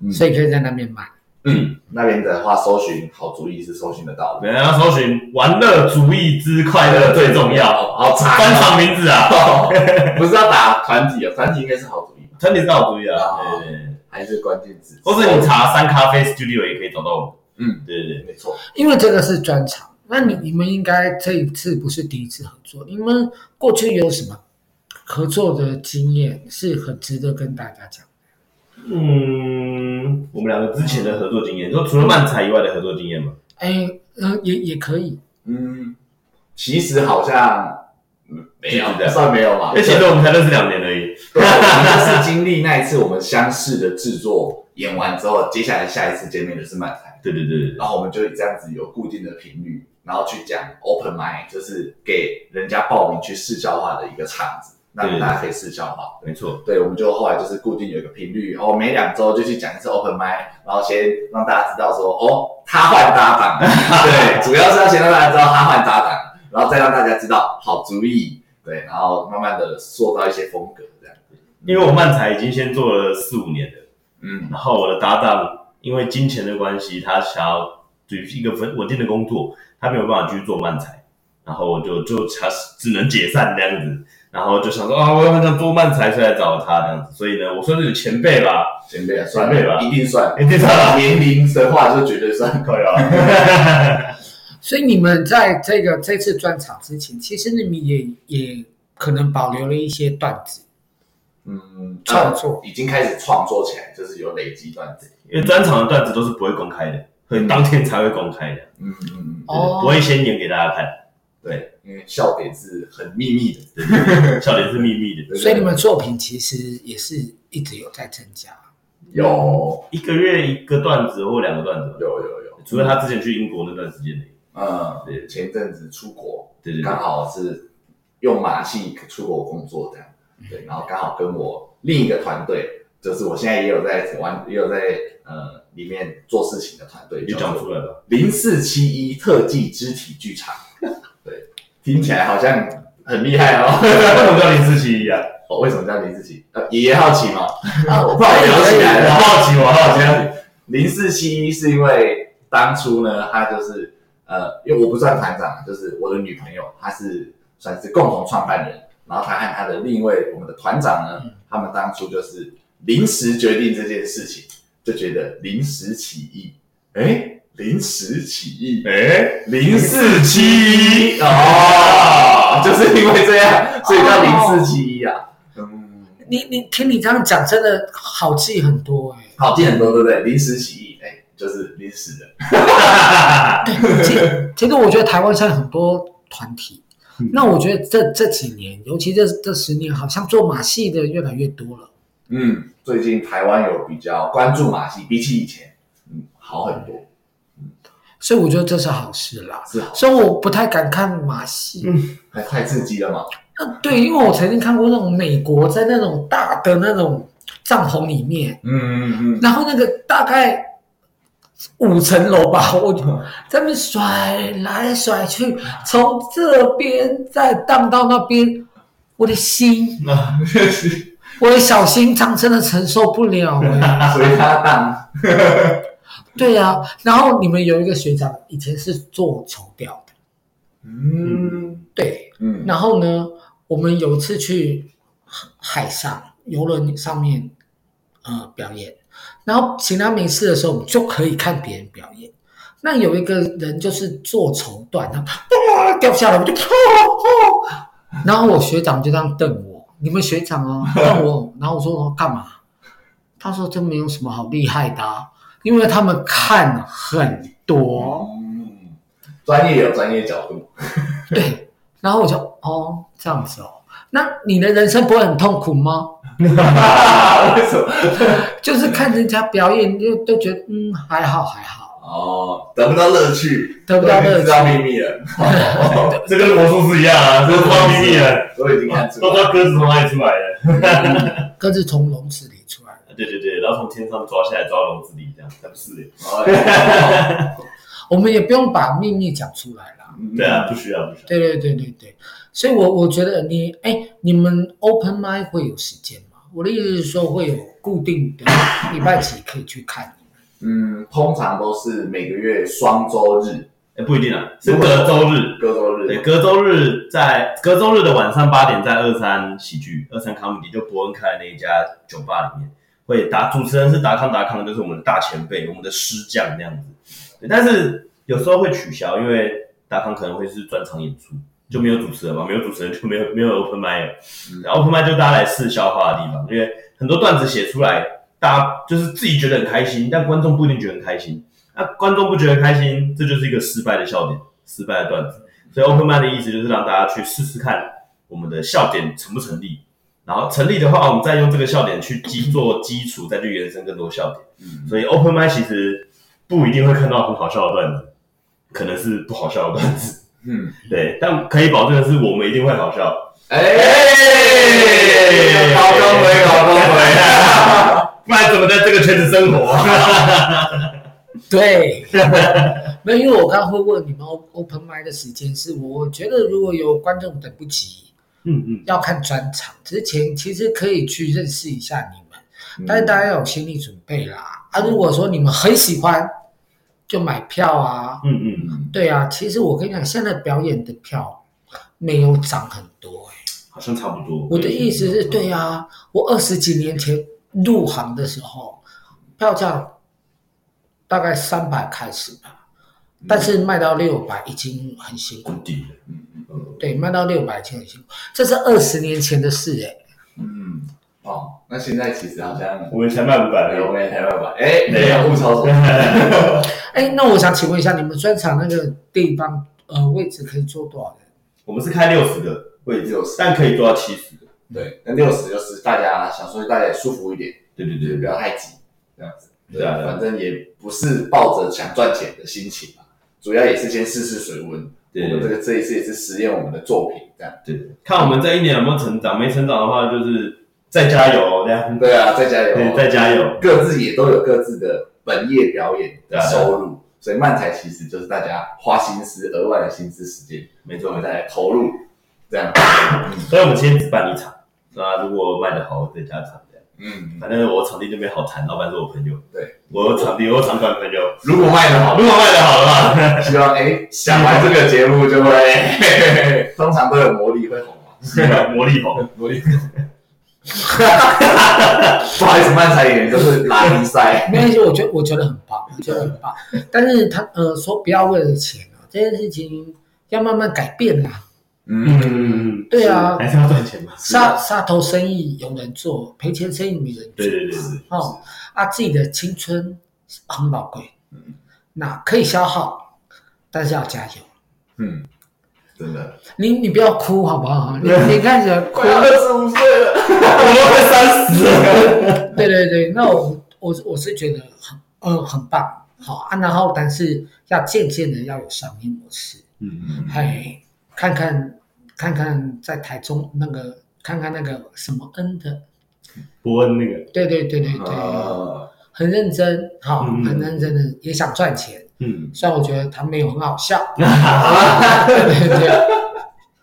D: 嗯
B: 所以可以在那边买。
D: 嗯，那边的话，搜寻好主意是搜寻得到的。
C: 人家搜寻“玩乐主义之快乐最重要
D: 好”，长
C: 专
D: 啊，
C: 场名字啊，
D: <laughs> 不是要打团体哦，团体应该是好主意吧？
C: 团体是好主意啊，
D: 啊
C: 对对对，
D: 还是关键字？
C: 或是你查三咖啡 studio 也可以找到我们，
D: 嗯，
C: 对对对，
D: 没错，
B: 因为这个是专场，那你你们应该这一次不是第一次合作，你们过去有什么合作的经验是很值得跟大家讲。
C: 嗯，我们两个之前的合作经验，就除了漫才以外的合作经验嘛。
B: 哎，呃，也也可以，
D: 嗯，其实好像嗯没有
C: 就这，样
D: 算没有嘛。
C: 而且呢，我们才认识两年而已。
D: 对，我们就是经历那一次我们相似的制作演完之后，接下来下一次见面的是漫才，
C: 对对对对对，
D: 然后我们就这样子有固定的频率，然后去讲 open mic，就是给人家报名去试笑话的一个场子，让
C: 对
D: 大家可以试笑话。
C: 没错。
D: 对，我们就后来就是固定有一个频率，哦，每两周就去讲一次 open mic，然后先让大家知道说，哦，他换搭档，
C: <laughs>
D: 对，主要是要先让大家知道他换搭档，然后再让大家知道好主意，对，然后慢慢的塑造一些风格这样。
C: 因为我漫才已经先做了四五年了，
D: 嗯，
C: 然后我的搭档因为金钱的关系，他想要就是一个稳稳定的工作，他没有办法继续做漫才，然后我就就他只能解散这样子，然后就想说啊，我要想做漫才，所以来找他这样子，所以呢，我算是有前辈吧，
D: 前辈啊算
C: 前辈吧
D: 一定算，
C: 一定算啊 <laughs>
D: 年龄的话就绝对算。
C: 可以啊，
B: 所以你们在这个这次专场之前，其实你们也也可能保留了一些段子，
D: 嗯，
B: 创作
D: 已经开始创作起来，就是有累积段子。
C: 因为专场的段子都是不会公开的，所以当天才会公开的，
D: 嗯嗯嗯，
C: 对
B: 哦
C: 不会先演给大家看，
D: 对，因为笑点是很秘密的。
C: 对对对笑点是秘密的。
D: 对
B: 所以你们作品其实也是一直有在增加。
D: 有
C: 一个月一个段子或两个段子吧，
D: 有有有，
C: 除非他之前去英国那段时间而已。
D: 嗯，
C: 对
D: 前阵子出国，
C: 对对对
D: 刚好是用马戏出国工作这样，对，然后刚好跟我另一个团队，就是我现在也有在玩，也有在呃里面做事情的团队，
C: 你就讲出来吧。
D: 零四七一特技肢体剧场，对，听起来好像很厉害
C: 为
D: 哦。
C: 什么叫零四七一啊？
D: 哦，为什么叫零四七？呃，爷爷好奇嘛，
B: 啊
D: <laughs> 我怕我聊起来了，
C: 我好奇我好奇
D: 好奇。零四七一是因为当初呢，他就是呃，因为我不算团长，就是我的女朋友，她是算是共同创办人，然后她和她的另一位我们的团长呢，他们当初就是临时决定这件事情，就觉得临时起意，哎，临时起
C: <laughs>
D: 意，
C: 哎，
D: 零四
C: 047
D: 七一哦，就是因为这样，所以叫零四七一啊。嗯，
B: 你你听你这样讲，真的好记很多哎、
D: 好记很多，对不对？临时起意，哎，就是临时的。
B: 其其实我觉得台湾现在很多团体
C: 嗯，
B: 那我觉得这这几年，尤其这这十年，好像做马戏的越来越多了。
D: 嗯，最近台湾有比较关注马戏，比起以前，嗯，好很多，
B: 所以我觉得这是好事啦。
D: 是好，
B: 虽然我不太敢看马戏，
C: 嗯
D: 还太刺激了嘛。
B: 那对，因为我曾经看过那种美国在那种大的那种帐篷里面，
D: 嗯嗯嗯，
B: 然后那个大概五层楼吧，我就在那边甩来甩去，从这边再荡到那边，我的心，
C: 那
B: 我的小心脏真的承受不了、欸。
D: 所以他当
B: 对呀、啊，然后你们有一个学长以前是做绸吊的，
D: 嗯
B: 对，
D: 嗯
B: 然后呢，我们有一次去海上游轮上面呃表演，然后其他没事的时候，我们就可以看别人表演。那有一个人就是做绸缎，他啪掉下来，我就啪啪，然后我学长就这样瞪我，你们学长哦瞪我，然后我说哦干嘛？他说这没有什么好厉害的、啊，因为他们看很多。
D: 嗯，专业有专业角度，
B: 对，然后我就哦这样子哦，那你的人生不会很痛苦吗？
D: 为什么？
B: 就是看人家表演就都觉得嗯还好还好，
D: 哦，得不到乐趣，
B: 得不到乐趣
D: 我已经知道秘密了。哦
C: 这跟魔术师一样啊，这是光秘密
D: <laughs>
C: 啊，
D: 我已经看出
C: 都
D: 来
C: 不知道鸽
D: 了。
C: 子从哪里出来的。
B: 鸽子从笼子里出来了。
C: 对对对，然后从天上抓下来，抓笼子里这样，才不是。
D: 哦
B: 我们也不用把秘密讲出来啦。
C: 对啊，，不需要不需要。
B: 对对对对对，所以我我觉得你哎，你们 open mic 会有时间吗？我的意思是说会有固定的礼拜几可以去看你们。
D: 嗯，通常都是每个月双周日、
C: 哎，不一定啊，是隔周日。
D: 各周
C: 对，
D: 日。
C: 隔周日在隔周日的晚上八点，在二三喜剧二三 comedy 就伯恩开的那一家酒吧里面，会达主持人是达康达康，就是我们的大前辈，我们的师匠那样子。对，但是有时候会取消，因为达康可能会是专场演出，就没有主持人嘛，没有主持人就没有没有 open mic，了然后 open mic 就大家来试消化的地方，因为很多段子写出来，大家就是自己觉得很开心，但观众不一定觉得很开心。那观众不觉得开心，这就是一个失败的笑点，失败的段子。所以 open mic 的意思就是让大家去试试看我们的笑点成不成立，然后成立的话，我们再用这个笑点去基做基础，再去延伸更多笑点。
D: 嗯，
C: 所以 open mic 其实不一定会看到很好笑的段子，可能是不好笑的段子。
D: 嗯，
C: 对，但可以保证的是，我们一定会好笑。
D: 哎，高中回，高中回，
C: 不然怎么在这个圈子生活？啊
B: 对， <laughs> 没有，因为我刚刚会问你们 o- open m i 的时间是，我觉得如果有观众等不及，
C: <laughs> 嗯嗯，
B: 要看专场之前，其实可以去认识一下你们，
D: 嗯
B: 但是大家要有心理准备啦。啊，如果说你们很喜欢，就买票啊。
C: 嗯嗯，
D: 嗯，
B: 对啊，其实我跟你讲，现在表演的票没有涨很多、欸
C: 好像差不多。
B: 我的意思是，对啊，我二十几年前入行的时候，票价大概三百开始吧，但是卖到六百已经很辛苦
C: 很。低的，
D: 嗯嗯
B: 对，卖到六百已经很辛苦，这是二十年前的事哎、
D: 嗯，哦，那现在其实好像
C: 我们才卖五百
D: 我
C: 而
D: 们也台湾吧，哎，没有物超所值，
B: 哎，那我想请问一下，你们专场那个地方呃位置可以坐多少人？
C: 我们是开六十个位置，
D: 60
C: 但可以做到七十。
D: 对，那六十就是大家想说大家也舒服一点，
C: 对对
D: 就是
C: 对
D: 不，要太急，这样子。
C: 对啊对啊
D: 反正也不是抱着想赚钱的心情嘛，主要也是先试试水温。
C: 对
D: 我们这个这一次也是实验我们的作品，这样。
C: 对，看我们这一年有没有成长，没成长的话就是再加油，这样
D: 对啊，再加油！
C: 对，再加油。
D: 各自也都有各自的本业表演
C: 对啊对啊
D: 收入，所以漫才其实就是大家花心思、额外的心思、时间，
C: 没
D: 我
C: 错
D: 们再来投入，这样。嗯
C: 所以我们今天只办一场，那如果卖得好，再加场这样。
D: 嗯，
C: 反正我场地那边好谈，老板是我朋友，
D: 对，
C: 我有场地，我有场馆朋友，
D: 如果卖得好，
C: 如果卖得好的话，
D: 希望哎，想完这个节目就会， <laughs> 通常都有魔力会红嘛。
C: 是 <laughs> 吧魔力红，
D: 魔力。不好意思，漫才演员都是拉低赛。
B: 没关系，我觉得我觉得很
C: <laughs>
B: 棒，我觉得很棒。但是他呃说不要为了钱啊，这件事情要慢慢改变啦。
D: 嗯，
C: 嗯，
B: 对啊，
C: 还是要赚钱嘛，
B: 杀杀头生意有人做，赔钱生意没人做。
C: 对对对对，
B: 哦，啊，自己的青春很宝贵，
C: 嗯
B: 那可以消耗，但是要加油。
D: 嗯，真的，
B: 你你不要哭好不好？
C: <laughs>
B: 你你看起来哭，
D: 十五岁了，
C: 我都快三十了，
B: 对对对，那我我我是觉得很嗯很棒，好啊，然后但是要渐渐的要有商业模式，
C: 嗯，
B: 嘿，看看看看在台中那个看看那个什么恩的，
C: 伯恩那个，
B: 对对对对对，
D: 啊，
B: 很认真，好，
C: 嗯
B: 很认真的也想赚钱，
C: 嗯， <laughs>
B: 虽然我觉得他没有很好笑，对对对。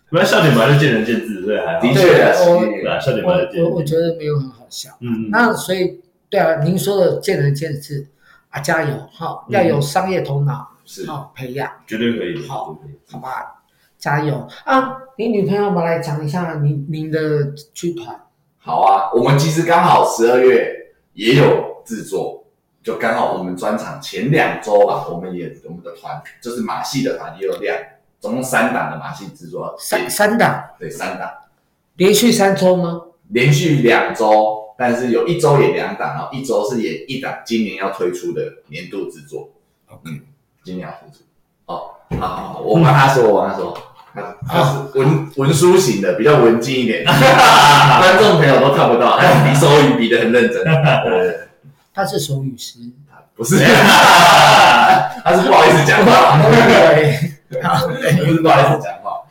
C: 不然笑点本来就见仁见智，所以还好，
D: 的
B: 对
D: 确啊，
B: 我
D: 是
C: 对啊，笑点
B: 我
C: 本来就见
B: 我我
C: 仁见智，
B: 觉得没有很好笑。
C: 嗯，
B: 那所以对啊，您说的见仁见智啊，加油哈、
C: 嗯
B: 要有商业头脑
D: 是
B: 好、培养，
C: 绝对可以，
B: 好
C: 绝对可以，
B: 好吧？加油啊！你女朋友们来讲一下您您的剧团，
D: 好啊，我们其实刚好十二月也有制作，就刚好我们专场前两周吧，我们也我们的团就是马戏的团也有两，总共三档的马戏制作，
B: 三三档
D: 对三档，
B: 连续三周吗？
D: 连续两周，但是有一周演两档，然后一周是演一档，今年要推出的年度制作，嗯，今年要推出。哦，好好，好我帮他说，我帮他说。他他是文文书型的，比较文静一点，观众朋友都看不到，他比手语比的很认真。对
B: 他是手语师，
D: 不是， <laughs> 他是不好意思讲
B: <laughs>
D: 话，<laughs>
B: 对，
D: 不是不好意思讲话。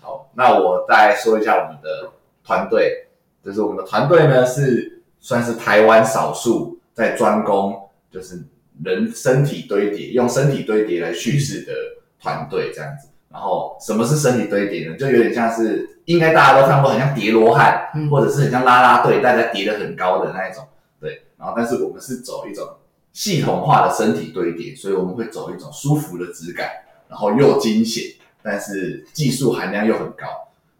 D: 好，那我再说一下我们的团队，就是我们的团队呢是算是台湾少数在专攻就是人身体堆叠，用身体堆叠来叙事的团队这样子。然后什么是身体堆叠呢？就有点像是应该大家都看过，很像叠罗汉，
B: 嗯
D: 或者是很像啦啦队，大家叠得很高的那一种。对，然后但是我们是走一种系统化的身体堆叠，所以我们会走一种舒服的质感，然后又惊险，但是技术含量又很高。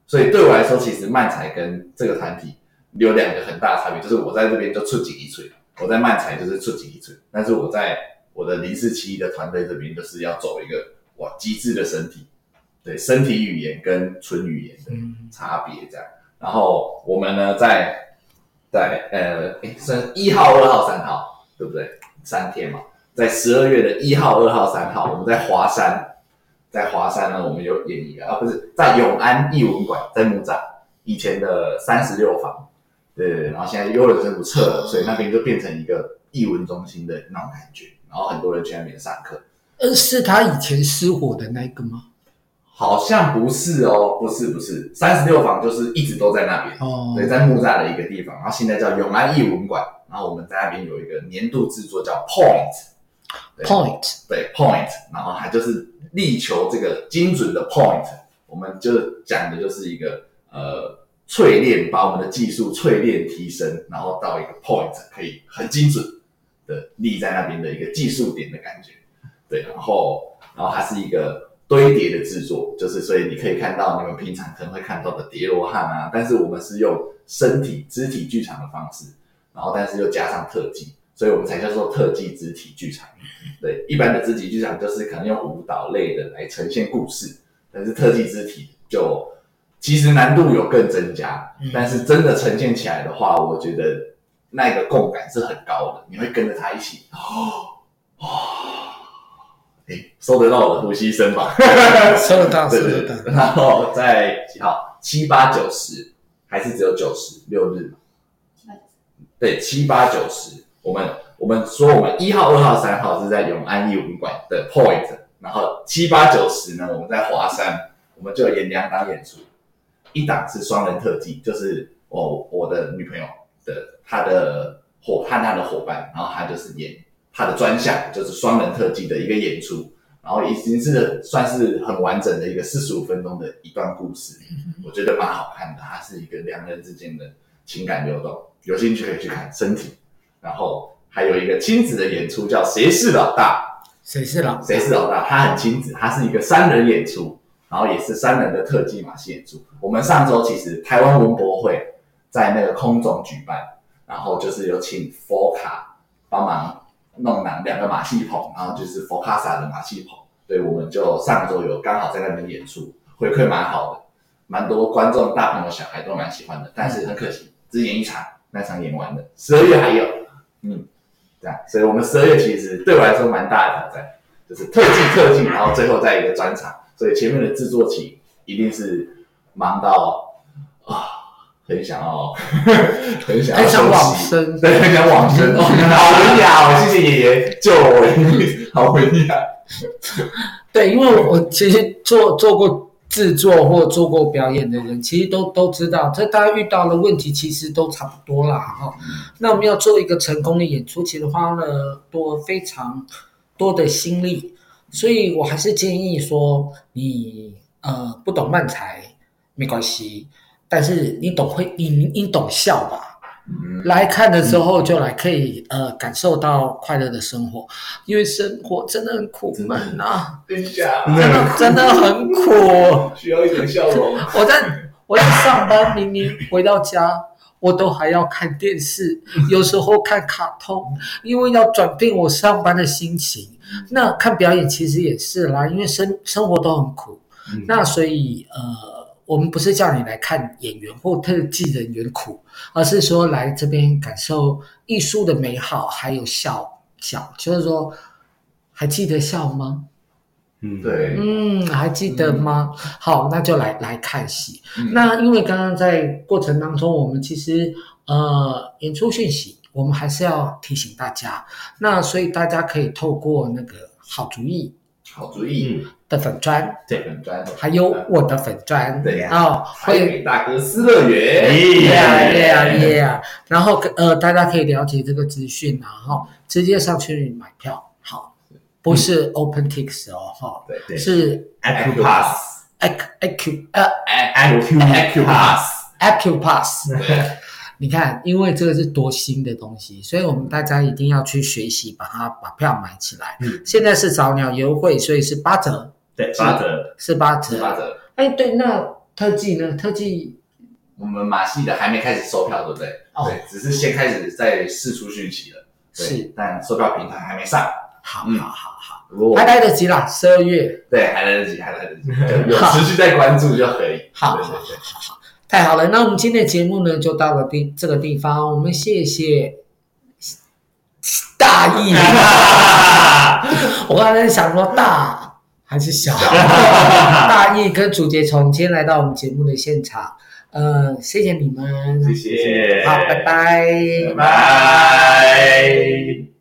D: 所以对我来说，其实漫才跟这个团体有两个很大的差别，就是我在这边就出几一锤，我在漫才就是出几一锤，但是我在我的零四七的团队这边就是要走一个哇极致的身体，对身体语言跟纯语言的
B: 嗯，
D: 差别这样。然后我们呢，在在呃，诶算是一号、二号、三号，对不对？三天嘛，在十二月的一号、二号、三号，我们在华山，在华山呢，我们有演一个啊，不是在永安艺文馆，在木栅以前的三十六房，对对对，然后现在优乐政府撤了，所以那边就变成一个艺文中心的那种感觉，然后很多人去那边上课。
B: 呃，是他以前失火的那个吗？
D: 好像不是哦，不是不是，三十六房就是一直都在那边，
B: 哦，
D: 对，在木栅的一个地方，然后现在叫永安艺文馆，然后我们在那边有一个年度制作叫 Point，对 <laughs>
B: Point，
D: 对 Point，然后它就是力求这个精准的 Point，我们就讲的就是一个呃淬炼，把我们的技术淬炼提升，然后到一个 Point 可以很精准的立在那边的一个技术点的感觉，对，然后然后它是一个堆叠的制作，就是所以你可以看到你们平常可能会看到的叠罗汉啊，但是我们是用身体肢体剧场的方式，然后但是又加上特技，所以我们才叫做特技肢体剧场。对，一般的肢体剧场就是可能用舞蹈类的来呈现故事，但是特技肢体就其实难度有更增加
B: 嗯，
D: 但是真的呈现起来的话，我觉得那个共感是很高的，你会跟着他一起 <gasps> 哦。哦诶收得到我的呼吸声吧？
B: 收得到，收得
D: 对对
B: 到。
D: 对，然后在几号？七八九十，还是只有九十六日嘛？对，七八九十，我们我们说我们一号、二号、三号是在永安艺文馆的 Point，然后七八九十呢，我们在华山，我们就有演两档演出，一档是双人特技，就是我我的女朋友的她的伙和她的伙伴，然后她就是演她的专项，就是双人特技的一个演出，然后已经是算是很完整的一个四十五分钟的一段故事，我觉得蛮好看的。它是一个两人之间的情感流动，有兴趣可以去看《身体》，然后还有一个亲子的演出叫《谁是老大
B: 谁是老》，
D: 谁是老大？它很亲子，它是一个三人演出，然后也是三人的特技马戏演出。我们上周其实台湾文博会在那个空总举办，然后就是有请佛卡帮忙弄两两个马戏棚，然后就是佛卡萨的马戏棚，对，我们就上周有刚好在那边演出，回馈蛮好的，蛮多观众大朋友小孩都蛮喜欢的，但是很可惜只演一场，那场演完了，十二月还有，嗯，这样，所以我们十二月其实对我来说蛮大的挑战，就是特技特技，然后最后再一个专场，所以前面的制作期一定是忙到啊。很想要， <laughs> 很想要
B: 很想
D: 休息
B: 往生
D: 对，很想往
B: <laughs>
D: 生。哦，好文雅哦，谢谢爷爷救我一命，好文雅。
B: 对，因为我其实做做过制作或做过表演的人，其实都都知道，这大家遇到的问题其实都差不多啦哈、那我们要做一个成功的演出，其实花了多非常多的心力，所以我还是建议说，你呃不懂漫才没关系，但是你懂会你你你懂笑吧？
D: 嗯
B: 来看的时候就来可以呃感受到快乐的生活，因为生活真的很苦闷啊。
D: 真假
B: 真的 <laughs> 真的很苦。
D: 需要一点笑容。
B: 我在我在上班，明明回到家，我都还要看电视，有时候看卡通，因为要转变我上班的心情。那看表演其实也是啦，因为生生活都很苦。那所以呃，我们不是叫你来看演员或特技人员苦，而是说来这边感受艺术的美好，还有笑笑，就是说还记得笑吗？
C: 嗯，
D: 对，
B: 嗯，还记得吗？好，那就来来看戏。
D: 嗯
B: 那因为刚刚在过程当中，我们其实呃演出讯息，我们还是要提醒大家。那所以大家可以透过那个好主意
D: 好主意，
C: 嗯，
B: 的粉砖，
D: 这本专
B: 还有我的粉砖，
D: 对呀哎
B: 啊，
D: 台
B: 会。
D: 北大哥私乐园，
B: 耶啊耶啊
D: 耶
B: 耶啊！然后呃，大家可以了解这个资讯啊，然后直接上去买票，好，不是 OpenTix 哦，哈，
D: 嗯对
C: 对
B: 是
C: Accu Pass，
B: Ac Ac 呃
D: Accu
C: Accu
D: Pass，
B: Accupass，
D: <laughs> 对，
B: 你看，因为这个是多新的东西，所以我们大家一定要去学习，把它把票买起来。
C: 嗯
B: 现在是早鸟优惠，所以是八折，
C: 对，八折，
B: 是八折。
D: 十八折。
B: 哎，对，那特技呢？特技
D: 我们马戏的还没开始售票，对不对？
B: 哦
D: 对，只是先开始在试出讯息了。对
B: 是，
D: 但售票平台还没上，
B: 好
D: 嗯
B: 好好好，
D: 如果
B: 还来得及啦，十二月，
D: 对还来得及，还来
B: <laughs>
D: 得及，就有持续在关注就可以。
B: 好
D: 对
B: 好好
D: 对对，
B: 好好，太好了，那我们今天的节目呢就到了地这个地方，我们谢谢大
D: <laughs>
B: 意，我刚才在想说大还是 <laughs> 小，大意跟竹节虫今天来到我们节目的现场，呃，谢谢你们，
D: 谢谢， <laughs>
B: 好，拜拜，
D: 拜拜。
C: 拜。